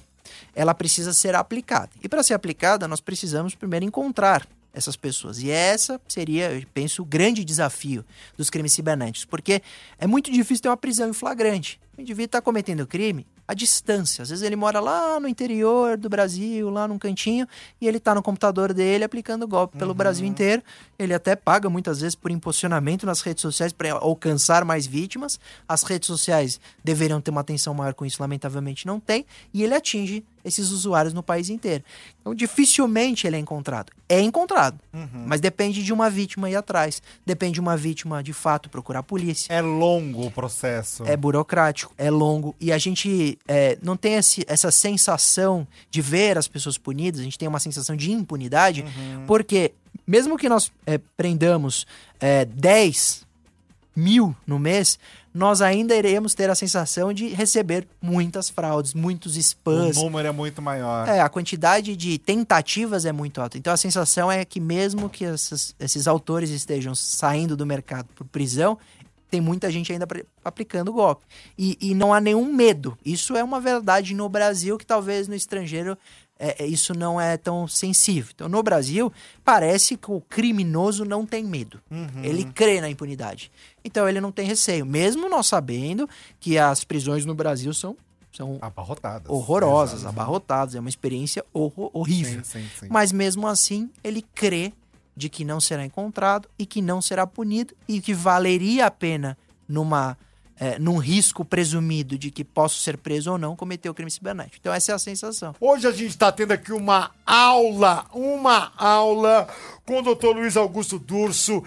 Speaker 8: Ela precisa ser aplicada. E para ser aplicada, nós precisamos primeiro encontrar essas pessoas. E essa seria, eu penso, o grande desafio dos crimes cibernéticos. Porque é muito difícil ter uma prisão em flagrante. O indivíduo está cometendo crime à distância. Às vezes ele mora lá no interior do Brasil, lá num cantinho, e ele tá no computador dele aplicando golpe pelo Brasil inteiro. Ele até paga muitas vezes por impulsionamento nas redes sociais para alcançar mais vítimas. As redes sociais deveriam ter uma atenção maior com isso, lamentavelmente não tem, e ele atinge esses usuários no país inteiro. Então dificilmente ele é encontrado. É encontrado, mas depende de uma vítima ir atrás, depende de uma vítima de fato procurar a polícia.
Speaker 4: É longo o processo.
Speaker 8: É burocrático, é longo. E a gente é, não tem esse- essa sensação de ver as pessoas punidas, a gente tem uma sensação de impunidade, porque mesmo que nós é, prendamos é, 10 mil no mês, nós ainda iremos ter a sensação de receber muitas fraudes, muitos
Speaker 4: o
Speaker 8: spams.
Speaker 4: número é muito maior.
Speaker 8: É, a quantidade de tentativas é muito alta. Então a sensação é que mesmo que essas- esses autores estejam saindo do mercado por prisão, tem muita gente ainda pre- aplicando golpe. E, e não há nenhum medo. Isso é uma verdade no Brasil que talvez no estrangeiro é, é- é- isso não é tão sensível. Então, no Brasil, parece que o criminoso não tem medo. Ele crê na impunidade. Então, ele não tem receio. Mesmo nós sabendo que as prisões no Brasil são, são
Speaker 4: Abarrotadas.
Speaker 8: horrorosas,
Speaker 4: Exato.
Speaker 8: abarrotadas. É uma experiência horro- horrível.
Speaker 4: Sim, sim, sim.
Speaker 8: Mas mesmo assim, ele crê de que não será encontrado e que não será punido e que valeria a pena numa eh, num risco presumido de que posso ser preso ou não cometer o crime cibernético. Então essa é a sensação.
Speaker 3: Hoje a gente está tendo aqui uma aula, uma aula com o Dr. Luiz Augusto Durso,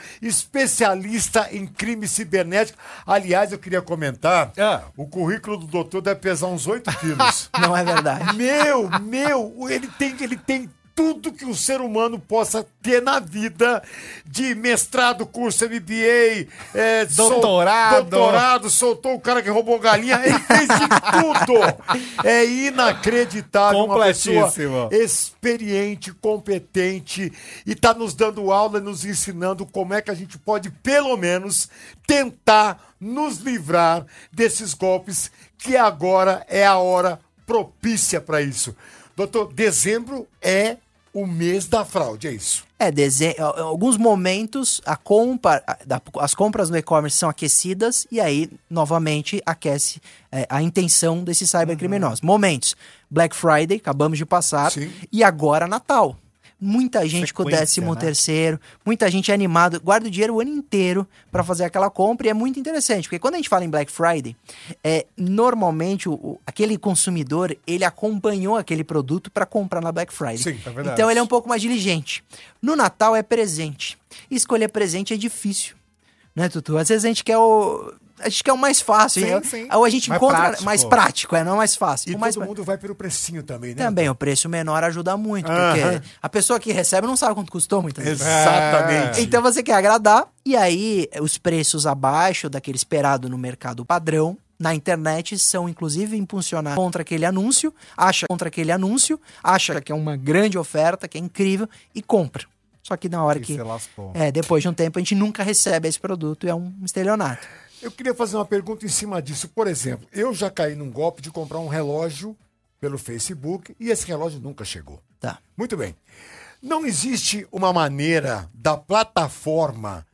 Speaker 3: especialista em crime cibernético. Aliás, eu queria comentar,
Speaker 4: Ah.
Speaker 3: o currículo do doutor deve pesar uns 8 quilos.
Speaker 8: Não é verdade?
Speaker 3: meu, meu, ele tem, ele tem tudo que um ser humano possa ter na vida de mestrado, curso, MBA, é, sol-
Speaker 4: Doutorado.
Speaker 3: doutorado, soltou o cara que roubou galinha, ele fez de tudo. É inacreditável uma pessoa
Speaker 4: Completíssimo.
Speaker 3: experiente, competente e tá nos dando aula, nos ensinando como é que a gente pode pelo menos tentar nos livrar desses golpes que agora é a hora propícia para isso. Doutor, dezembro é o mês da fraude, é isso.
Speaker 8: É, dese... em alguns momentos a compra, a- da- as compras no e-commerce são aquecidas e aí, novamente, aquece eh, a intenção desses cybercriminosos.
Speaker 4: Uhum.
Speaker 8: Momentos. Black Friday, acabamos de passar,
Speaker 3: Sim.
Speaker 8: e agora Natal. Muita gente com o
Speaker 4: Frequência,
Speaker 8: 13
Speaker 4: né?
Speaker 8: terceiro, muita gente é animada, guarda o dinheiro o ano inteiro pra fazer aquela compra e é muito interessante, porque quando a gente fala em Black Friday, é, normalmente o- o- aquele consumidor, ele acompanhou aquele produto pra comprar na Black Friday.
Speaker 3: Sim, é verdade.
Speaker 8: Então ele é um pouco mais diligente. No Natal é presente. E escolher presente é difícil, né, Tutu? Às vezes a gente quer o... A gente quer o mais fácil,
Speaker 4: Sim,
Speaker 8: né?
Speaker 4: sim.
Speaker 8: ou a gente
Speaker 4: Mais
Speaker 8: encontra
Speaker 4: prático.
Speaker 8: mais prático, é não mais fácil.
Speaker 3: E
Speaker 8: o mais
Speaker 3: todo
Speaker 8: pra-
Speaker 3: mundo vai pelo precinho também, né?
Speaker 4: Então.
Speaker 8: Também o preço menor ajuda muito,
Speaker 3: Aham.
Speaker 8: porque a pessoa que recebe não sabe quanto custou muitas vezes.
Speaker 3: Exatamente.
Speaker 8: Então você quer agradar, e aí eh, os preços abaixo daquele esperado no mercado padrão. Na internet são inclusive impulsionados contra aquele anúncio, acha contra aquele anúncio, acha que é uma grande oferta, que é incrível e compra. Só que na hora
Speaker 4: E
Speaker 8: que
Speaker 4: se lascou.
Speaker 8: é, depois de um tempo a gente nunca recebe esse produto e é um estelionato.
Speaker 3: Eu queria fazer uma pergunta em cima disso. Por exemplo, eu já caí num golpe de comprar um relógio pelo Facebook e esse relógio nunca chegou.
Speaker 8: Tá.
Speaker 3: Muito bem. Não existe uma maneira da plataforma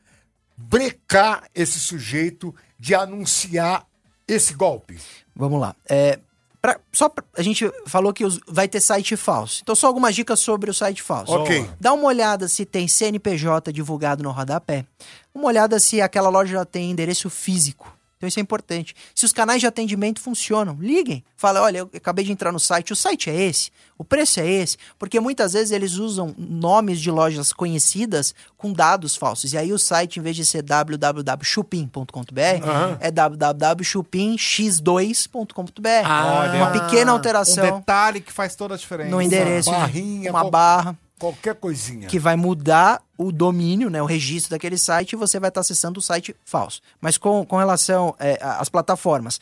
Speaker 3: brecar esse sujeito de anunciar esse golpe.
Speaker 8: Vamos lá. É, pra- só pra- a gente falou que os- vai ter site falso. Então, só algumas dicas sobre o site falso.
Speaker 3: Ok.
Speaker 8: Dá uma olhada se tem CNPJ divulgado no rodapé. Uma olhada se aquela loja já tem endereço físico. Então isso é importante. Se os canais de atendimento funcionam, liguem. Fala, olha, eu acabei de entrar no site, o site é esse, o preço é esse. Porque muitas vezes eles usam nomes de lojas conhecidas com dados falsos. E aí o site, em vez de ser www.chupim.com.br, é www.chupimx2.com.br.
Speaker 3: Ah,
Speaker 4: Olha,
Speaker 8: uma pequena
Speaker 4: Um
Speaker 8: alteração
Speaker 4: detalhe que faz toda a diferença.
Speaker 8: no endereço, né?
Speaker 3: Uma barrinha,
Speaker 8: uma
Speaker 3: qual-
Speaker 8: barra
Speaker 3: Qualquer coisinha.
Speaker 8: que vai mudar o domínio, né, o registro daquele site, e você vai estar acessando o site falso. Mas com, com relação é, a- às plataformas,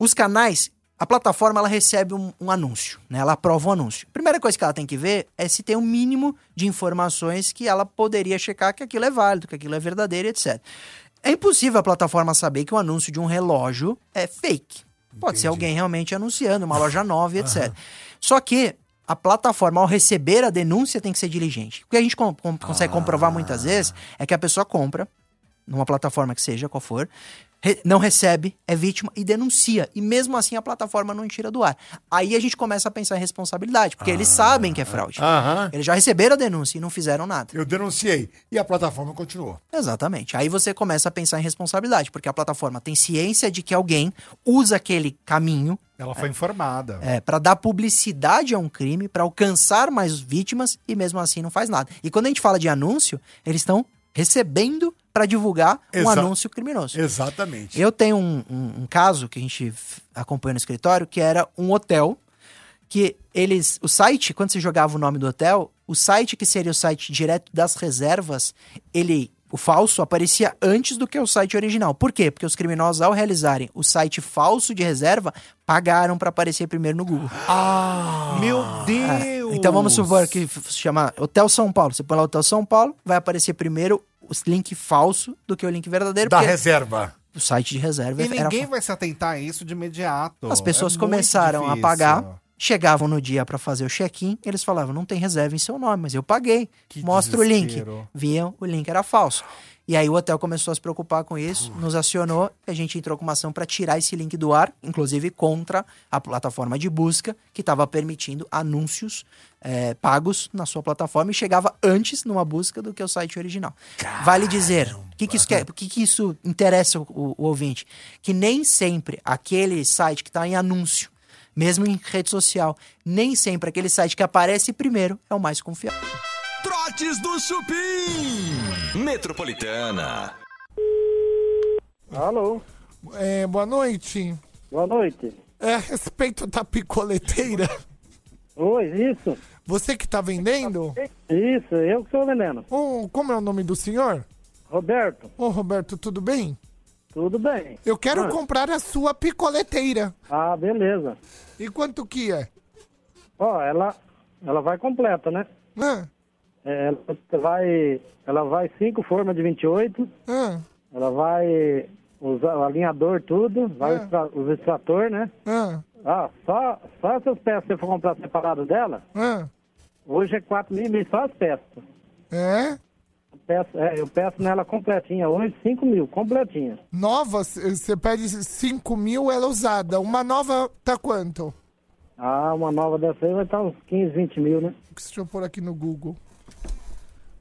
Speaker 8: os canais, a plataforma ela recebe um, um anúncio, né, ela aprova o anúncio. Primeira coisa que ela tem que ver é se tem um mínimo de informações que ela poderia checar que aquilo é válido, que aquilo é verdadeiro, etc. É impossível a plataforma saber que o anúncio de um relógio é fake. Pode ser alguém realmente anunciando, uma loja nova, e etc. Só que a plataforma, ao receber a denúncia, tem que ser diligente. O que a gente com- com- consegue comprovar muitas vezes é que a pessoa compra, numa plataforma que seja, qual for, re- não recebe, é vítima e denuncia. E mesmo assim a plataforma não tira do ar. Aí a gente começa a pensar em responsabilidade, porque eles sabem que é fraude.
Speaker 3: Aham.
Speaker 8: Eles já receberam a denúncia e não fizeram nada.
Speaker 3: Eu denunciei e a plataforma continuou.
Speaker 8: Exatamente. Aí você começa a pensar em responsabilidade, porque a plataforma tem ciência de que alguém usa aquele caminho
Speaker 4: Ela foi informada.
Speaker 8: é, para dar publicidade a um crime, para alcançar mais vítimas e mesmo assim não faz nada. E quando a gente fala de anúncio, eles estão recebendo para divulgar um
Speaker 3: Exa-
Speaker 8: anúncio criminoso.
Speaker 3: Exatamente.
Speaker 8: Eu tenho um, um- um caso que a gente f- acompanha no escritório, que era um hotel que eles, o site, quando você jogava o nome do hotel, o site que seria o site direto das reservas, ele, o falso, aparecia antes do que o site original. Por quê? Porque os criminosos, ao realizarem o site falso de reserva, pagaram para aparecer primeiro no Google.
Speaker 3: Ah,
Speaker 4: Meu
Speaker 8: É,
Speaker 4: Deus!
Speaker 8: Então vamos supor que f- se chama Hotel São Paulo. Você põe lá Hotel São Paulo, vai aparecer primeiro o link falso do que o link verdadeiro,
Speaker 3: Da
Speaker 8: porque
Speaker 3: reserva.
Speaker 8: o site de reserva
Speaker 4: E
Speaker 8: era
Speaker 4: ninguém vai se atentar a isso de imediato. É
Speaker 8: As pessoas
Speaker 4: muito
Speaker 8: começaram a
Speaker 4: difícil.
Speaker 8: pagar Chegavam no dia para fazer o check-in, eles falavam, não tem reserva em seu nome, mas eu paguei.
Speaker 4: Que
Speaker 8: Mostra o
Speaker 4: desespero.
Speaker 8: link. Viam, o link era falso. E aí o hotel começou a se preocupar com isso, nos acionou, a gente entrou com uma ação para tirar esse link do ar, inclusive contra a plataforma de busca, que estava permitindo anúncios eh, pagos na sua plataforma e chegava antes numa busca do que o site original. Vale dizer, o que, que isso quer? O que, que isso interessa o- o- o ouvinte? Que nem sempre aquele site que está em anúncio, mesmo em rede social, nem sempre aquele site que aparece primeiro é o mais confiável.
Speaker 1: Trotes do Chupim. Metropolitana.
Speaker 7: Alô,
Speaker 6: É, boa noite.
Speaker 7: boa noite.
Speaker 6: É a respeito da picoleteira.
Speaker 7: Oi, isso?
Speaker 6: Você que tá vendendo?
Speaker 7: Isso, eu que sou o veneno.
Speaker 6: Ô, como é o nome do senhor?
Speaker 7: Roberto,
Speaker 6: Ô, Roberto, tudo bem?
Speaker 7: tudo bem?
Speaker 6: Eu quero
Speaker 7: Ah.
Speaker 6: comprar a sua picoleteira.
Speaker 7: Ah, beleza.
Speaker 6: E quanto que é?
Speaker 7: Ó, ela, ela vai completa, né?
Speaker 6: Hã?
Speaker 7: É, Ela vai, ela vai cinco formas de 28,
Speaker 6: Hã?
Speaker 7: ela vai usar o alinhador tudo, vai o extra- os extrator, né?
Speaker 6: Hã?
Speaker 7: Ah, só, só essas peças que você for comprar separado dela,
Speaker 6: Hã?
Speaker 7: hoje é 4 mil e só as peças.
Speaker 6: É?
Speaker 7: Peço- é, eu peço nela completinha hoje, 5 mil, completinha.
Speaker 6: Nova, você pede 5 mil, ela é usada. Uma nova tá quanto?
Speaker 7: Ah, uma nova dessa aí vai estar uns 15, 20 mil, né?
Speaker 6: Deixa eu pôr aqui no Google.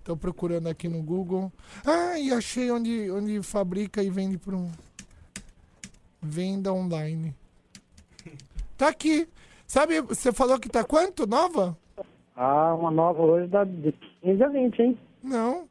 Speaker 6: Tô procurando aqui no Google. Ah, e achei onde, onde fabrica e vende por um. Venda online. Tá aqui. Sabe, você falou que tá quanto? Nova?
Speaker 7: Ah, uma nova hoje dá de 15 a 20, hein?
Speaker 6: Não.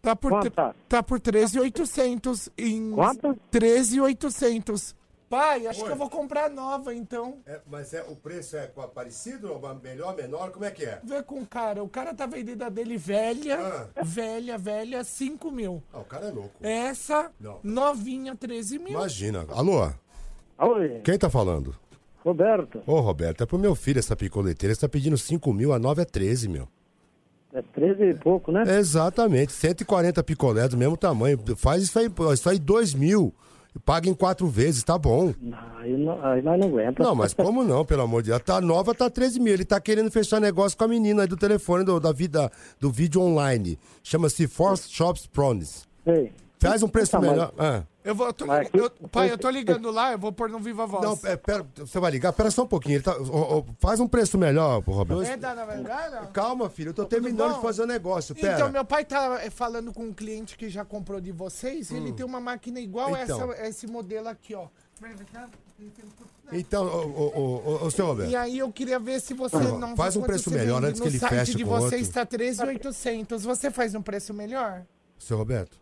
Speaker 6: Tá por,
Speaker 7: Quanto
Speaker 6: tre-
Speaker 7: tá?
Speaker 6: tá por 13,800 em.
Speaker 7: Quanto?
Speaker 6: 13,800. Pai, acho que eu vou comprar nova então.
Speaker 9: É, mas é, o preço é co- parecido, ou melhor, menor, como é que é?
Speaker 6: Vê com o cara. O cara tá vendendo a dele velha, velha, velha, 5 mil.
Speaker 9: Ah, o cara é louco.
Speaker 6: Essa,
Speaker 9: Não.
Speaker 6: novinha, 13 mil.
Speaker 9: Imagina. Alô,
Speaker 7: Oi,
Speaker 9: quem tá falando?
Speaker 7: Roberto,
Speaker 9: Ô, Roberto, é pro meu filho essa picoleteira, você tá pedindo 5 mil, a 9 é 13, meu.
Speaker 7: é 13 e pouco, né?
Speaker 9: Exatamente, 140 picolé do mesmo tamanho. Faz isso aí, pô, isso aí 2 mil. Paga em quatro vezes, tá bom.
Speaker 7: Aí, não, aí nós não aguenta.
Speaker 9: Não, mas como não, pelo amor de Deus? Tá nova, tá 13 mil. Ele tá querendo fechar negócio com a menina aí do telefone, do, da vida, do vídeo online. Chama-se Force Shops Prones.
Speaker 7: Ei,
Speaker 9: Faz um preço
Speaker 7: Tá, mas-
Speaker 9: melhor. Ah.
Speaker 6: Eu vou. eu tô-
Speaker 7: Vai aqui.
Speaker 6: eu- pai, eu tô ligando lá, eu vou pôr no Viva Voz.
Speaker 9: Não, é, pera, você vai ligar? Pera só um pouquinho. ele tá- ó, ó, faz um preço melhor, pô, Roberto.
Speaker 6: É da Navangara?
Speaker 9: Calma, filho, eu tô terminando
Speaker 6: Tá bom?
Speaker 9: de fazer o negócio. Pera.
Speaker 6: Então, meu pai tá é, falando com um cliente que já comprou de vocês. Ele tem uma máquina igual a
Speaker 9: Hum. Então.
Speaker 6: essa, esse modelo aqui, ó.
Speaker 9: Então, ô, ô, ô, ô, ô, seu Roberto.
Speaker 6: E aí eu queria ver se você não
Speaker 9: É. faz um
Speaker 6: quanto
Speaker 9: preço
Speaker 6: você
Speaker 9: melhor
Speaker 6: vende.
Speaker 9: antes que ele
Speaker 6: No site
Speaker 9: feche
Speaker 6: de
Speaker 9: com
Speaker 6: vocês
Speaker 9: outro.
Speaker 6: tá 13,800. Você faz um preço melhor?
Speaker 9: Seu Roberto,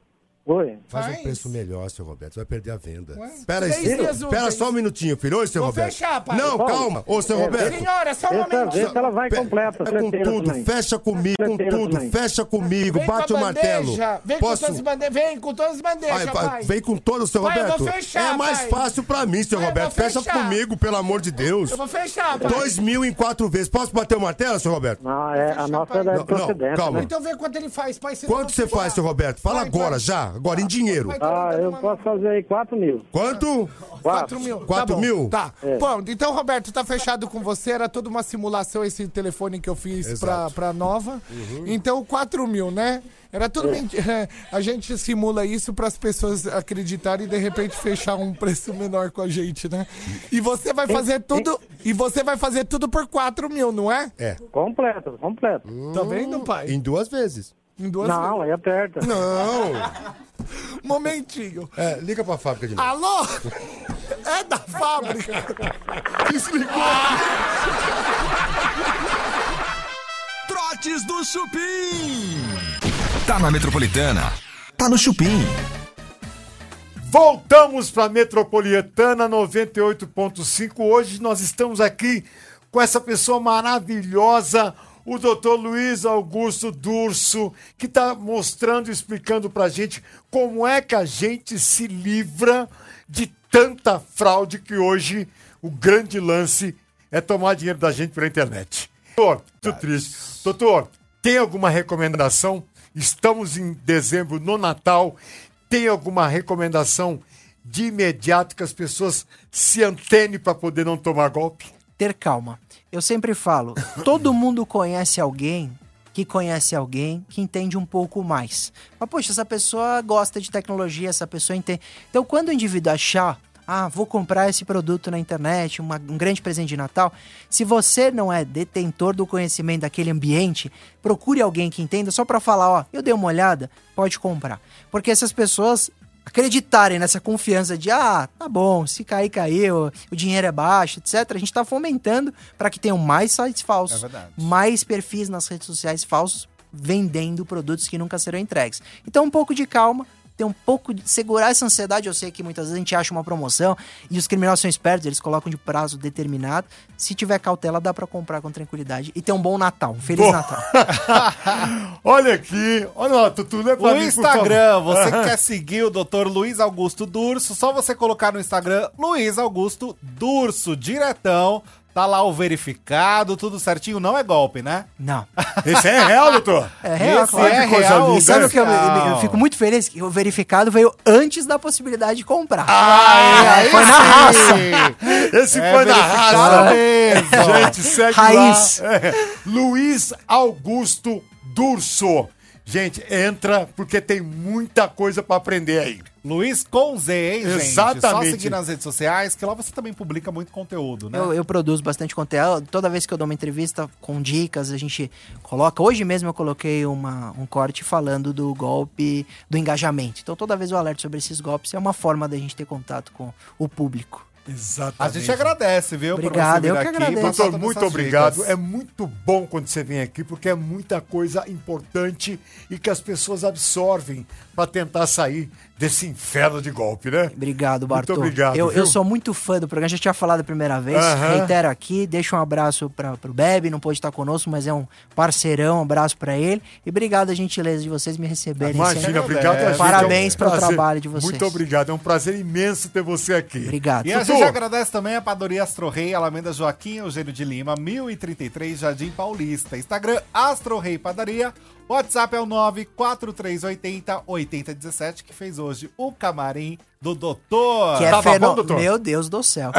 Speaker 7: oi,
Speaker 9: faz,
Speaker 6: Faz?
Speaker 9: um preço melhor, seu Roberto. Você vai perder a venda.
Speaker 6: Ué?
Speaker 9: Pera aí,
Speaker 6: Três
Speaker 9: seu-
Speaker 6: dias úteis.
Speaker 9: Pera só um minutinho, filho. Oi, seu
Speaker 6: Vou
Speaker 9: Roberto.
Speaker 6: fechar, pai.
Speaker 9: Não,
Speaker 7: Paulo,
Speaker 9: calma. Ô, seu
Speaker 7: é,
Speaker 9: Roberto.
Speaker 6: Senhora, só um
Speaker 7: essa
Speaker 6: momento.
Speaker 7: vez ela vai
Speaker 9: Pe-
Speaker 7: completa,
Speaker 9: é com
Speaker 7: certeza
Speaker 9: tudo,
Speaker 7: também.
Speaker 9: fecha comigo, com
Speaker 7: Certeza
Speaker 9: tudo,
Speaker 7: também.
Speaker 9: fecha comigo,
Speaker 6: Vem
Speaker 9: bate
Speaker 6: com a
Speaker 9: o martelo.
Speaker 6: bandeja. Vem com todas as bandejas. Vem com todas as bandejas,
Speaker 9: Ai,
Speaker 6: pai.
Speaker 9: pa- Vem com todo o seu
Speaker 6: Pai, eu vou
Speaker 9: Roberto.
Speaker 6: fechar,
Speaker 9: é mais
Speaker 6: pai.
Speaker 9: fácil pra mim, seu
Speaker 6: Pai, eu
Speaker 9: Roberto.
Speaker 6: vou
Speaker 9: Fecha
Speaker 6: fechar.
Speaker 9: comigo, pelo amor de Deus.
Speaker 6: Eu vou fechar, pai.
Speaker 9: Dois mil em quatro vezes. Posso bater o martelo, seu Roberto?
Speaker 7: não, é, a nossa é
Speaker 6: Não,
Speaker 9: não,
Speaker 7: procedente,
Speaker 9: calma.
Speaker 7: né?
Speaker 6: Então vê quanto ele faz, pai. senão
Speaker 9: Quanto
Speaker 6: eu
Speaker 9: você
Speaker 6: vou
Speaker 9: faz,
Speaker 6: fechar.
Speaker 9: seu Roberto? Fala
Speaker 6: Vai,
Speaker 9: agora,
Speaker 6: vai.
Speaker 9: já. Agora, em dinheiro.
Speaker 6: Vai, tá
Speaker 7: Ah,
Speaker 6: mandando
Speaker 7: eu
Speaker 6: uma-
Speaker 7: posso fazer aí 4 mil.
Speaker 9: Quanto?
Speaker 6: 4 mil. tá
Speaker 9: Quatro
Speaker 6: bom.
Speaker 9: mil? É.
Speaker 6: Tá. Bom, então, Roberto, tá fechado com você. Era toda uma simulação esse telefone que eu fiz pra,
Speaker 9: Exato. Uhum.
Speaker 6: pra nova. Então, 4 mil, né? Era
Speaker 9: É.
Speaker 6: tudo menti- é, A gente simula isso para as pessoas acreditarem e de repente fechar um preço menor com a gente, né? E você vai fazer tudo. E você vai fazer tudo por 4 mil, não é?
Speaker 9: É. Hum,
Speaker 7: Completo, completo.
Speaker 6: Tá vendo, pai?
Speaker 9: Em duas vezes.
Speaker 6: Em duas
Speaker 7: Não, aí aperta.
Speaker 9: Não.
Speaker 6: vezes. Momentinho.
Speaker 9: É, liga pra fábrica de novo.
Speaker 6: Alô? É da fábrica.
Speaker 1: Trotes do Chupim. Tá na Metropolitana. Tá no Chupim.
Speaker 3: Voltamos para Metropolitana 98.5. Hoje nós estamos aqui com essa pessoa maravilhosa, o Dr. Luiz Augusto Durso, que está mostrando, explicando para a gente como é que a gente se livra de tanta fraude que hoje o grande lance é tomar dinheiro da gente pela internet. Doutor, muito triste. Doutor, tem alguma recomendação? Estamos em dezembro, no Natal. Tem alguma recomendação de imediato que as pessoas se antenem para poder não tomar golpe?
Speaker 8: ter calma. Eu sempre falo, todo mundo conhece alguém que conhece alguém que entende um pouco mais. Mas, poxa, essa pessoa gosta de tecnologia, essa pessoa entende. Então, quando o indivíduo achar, ah, vou comprar esse produto na internet, uma- um grande presente de Natal, se você não é detentor do conhecimento daquele ambiente, procure alguém que entenda só para falar, ó, eu dei uma olhada, pode comprar. Porque essas pessoas acreditarem nessa confiança de ah, tá bom, se cair, caiu, o dinheiro é baixo, etc. A gente tá fomentando para que tenham mais sites falsos, mais perfis nas redes sociais falsos vendendo produtos que nunca serão entregues. Então um pouco de calma, ter um pouco de segurar essa ansiedade, eu sei que muitas vezes a gente acha uma promoção e os criminosos são espertos, eles colocam de prazo determinado. Se tiver cautela, dá para comprar com tranquilidade e ter um bom Natal. Um Feliz
Speaker 3: Bom.
Speaker 8: Natal.
Speaker 3: Olha aqui, olha lá, Tutu, lê pra
Speaker 4: O
Speaker 3: mim, por
Speaker 4: Instagram,
Speaker 3: favor.
Speaker 4: você que quer seguir o Dr. Luiz Augusto Durso, só você colocar no Instagram Luiz Augusto Durso, diretão. Tá lá o verificado, tudo certinho. Não é golpe, né?
Speaker 8: Não.
Speaker 3: Esse é real, doutor?
Speaker 8: É real,
Speaker 4: Esse
Speaker 8: claro.
Speaker 4: é
Speaker 8: Que coisa
Speaker 4: real,
Speaker 8: linda. E sabe o que eu, Ah.
Speaker 4: oficial.
Speaker 8: eu fico muito feliz? Que o verificado veio antes da possibilidade de comprar.
Speaker 4: Ai,
Speaker 8: foi
Speaker 4: aí
Speaker 8: na
Speaker 4: sim.
Speaker 8: raça.
Speaker 3: Esse
Speaker 4: É
Speaker 3: foi na
Speaker 4: verificado
Speaker 3: raça.
Speaker 4: mesmo.
Speaker 3: Gente, segue
Speaker 8: Raiz.
Speaker 3: lá. É. Luiz Augusto Durso. Gente, entra porque tem muita coisa pra aprender aí.
Speaker 4: Luiz com Z, hein, gente? Só
Speaker 3: Exatamente.
Speaker 4: seguir nas redes sociais, que lá você também publica muito conteúdo, né?
Speaker 8: Eu, eu produzo bastante conteúdo. Toda vez que eu dou uma entrevista com dicas, a gente coloca. Hoje mesmo eu coloquei uma, um corte falando do golpe do engajamento. Então toda vez eu alerto sobre esses golpes. É uma forma da gente ter contato com o público.
Speaker 4: A
Speaker 3: Exatamente.
Speaker 4: gente agradece, viu?
Speaker 8: Obrigado, eu que agradeço.
Speaker 4: passar
Speaker 3: Doutor,
Speaker 4: todas
Speaker 3: muito
Speaker 4: essas
Speaker 3: obrigado.
Speaker 4: dicas.
Speaker 3: É muito bom quando você vem aqui, porque é muita coisa importante e que as pessoas absorvem pra tentar sair desse inferno de golpe, né?
Speaker 8: Obrigado, Bartô.
Speaker 3: Muito obrigado,
Speaker 8: Eu, eu
Speaker 3: viu?
Speaker 8: sou muito fã do programa, já tinha falado a primeira vez.
Speaker 3: Aham.
Speaker 8: Reitero aqui, deixo um abraço para pro Bebe, não pôde estar conosco, mas é um parceirão, um abraço para ele. E obrigado a gentileza de vocês me receberem.
Speaker 4: É.
Speaker 8: sempre.
Speaker 3: Imagina, obrigado. a gente. é um
Speaker 8: Parabéns pelo
Speaker 3: prazer.
Speaker 8: trabalho de vocês.
Speaker 3: Muito obrigado, é um prazer imenso ter você aqui.
Speaker 8: Obrigado.
Speaker 4: E a
Speaker 3: Tutu.
Speaker 4: gente agradece também a Padaria Astro Rei, Alameda Joaquim Eugênio de Lima, 1033 Jardim Paulista. Instagram Astro Rei Padaria. WhatsApp é o 94380 8017, que fez hoje o camarim do doutor. Tá
Speaker 8: Que é
Speaker 3: Tava Tá bom,
Speaker 8: fenô-
Speaker 3: doutor?
Speaker 8: Meu Deus do céu.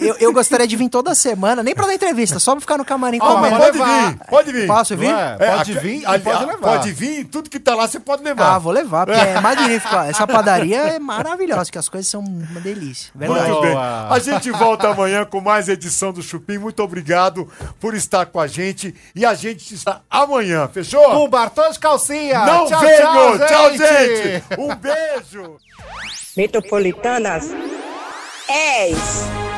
Speaker 8: Eu, eu gostaria de vir toda semana, nem pra dar entrevista, só pra ficar no camarim
Speaker 4: Ah,
Speaker 8: comendo.
Speaker 4: mas
Speaker 3: pode
Speaker 4: levar.
Speaker 3: vir, pode vir.
Speaker 8: Posso vir? Ah,
Speaker 4: Não é? Pode
Speaker 3: a-
Speaker 4: vir e
Speaker 3: ali-
Speaker 4: pode
Speaker 3: a-
Speaker 4: levar.
Speaker 3: Pode vir, tudo que tá lá você pode levar.
Speaker 8: Ah, vou levar, porque é magnífico. ó. Essa padaria é maravilhosa, que as coisas são uma delícia. Verdade.
Speaker 3: Muito
Speaker 4: Boa.
Speaker 3: bem. A gente volta amanhã com mais edição do Chupim. Muito obrigado por estar com a gente. E a gente te está amanhã, fechou?
Speaker 4: Com o Bartô de Calcinha.
Speaker 3: Não
Speaker 4: Tchau,
Speaker 3: venho!
Speaker 4: tchau,
Speaker 3: tchau,
Speaker 4: gente.
Speaker 3: gente! Um beijo!
Speaker 10: Metropolitanas 10.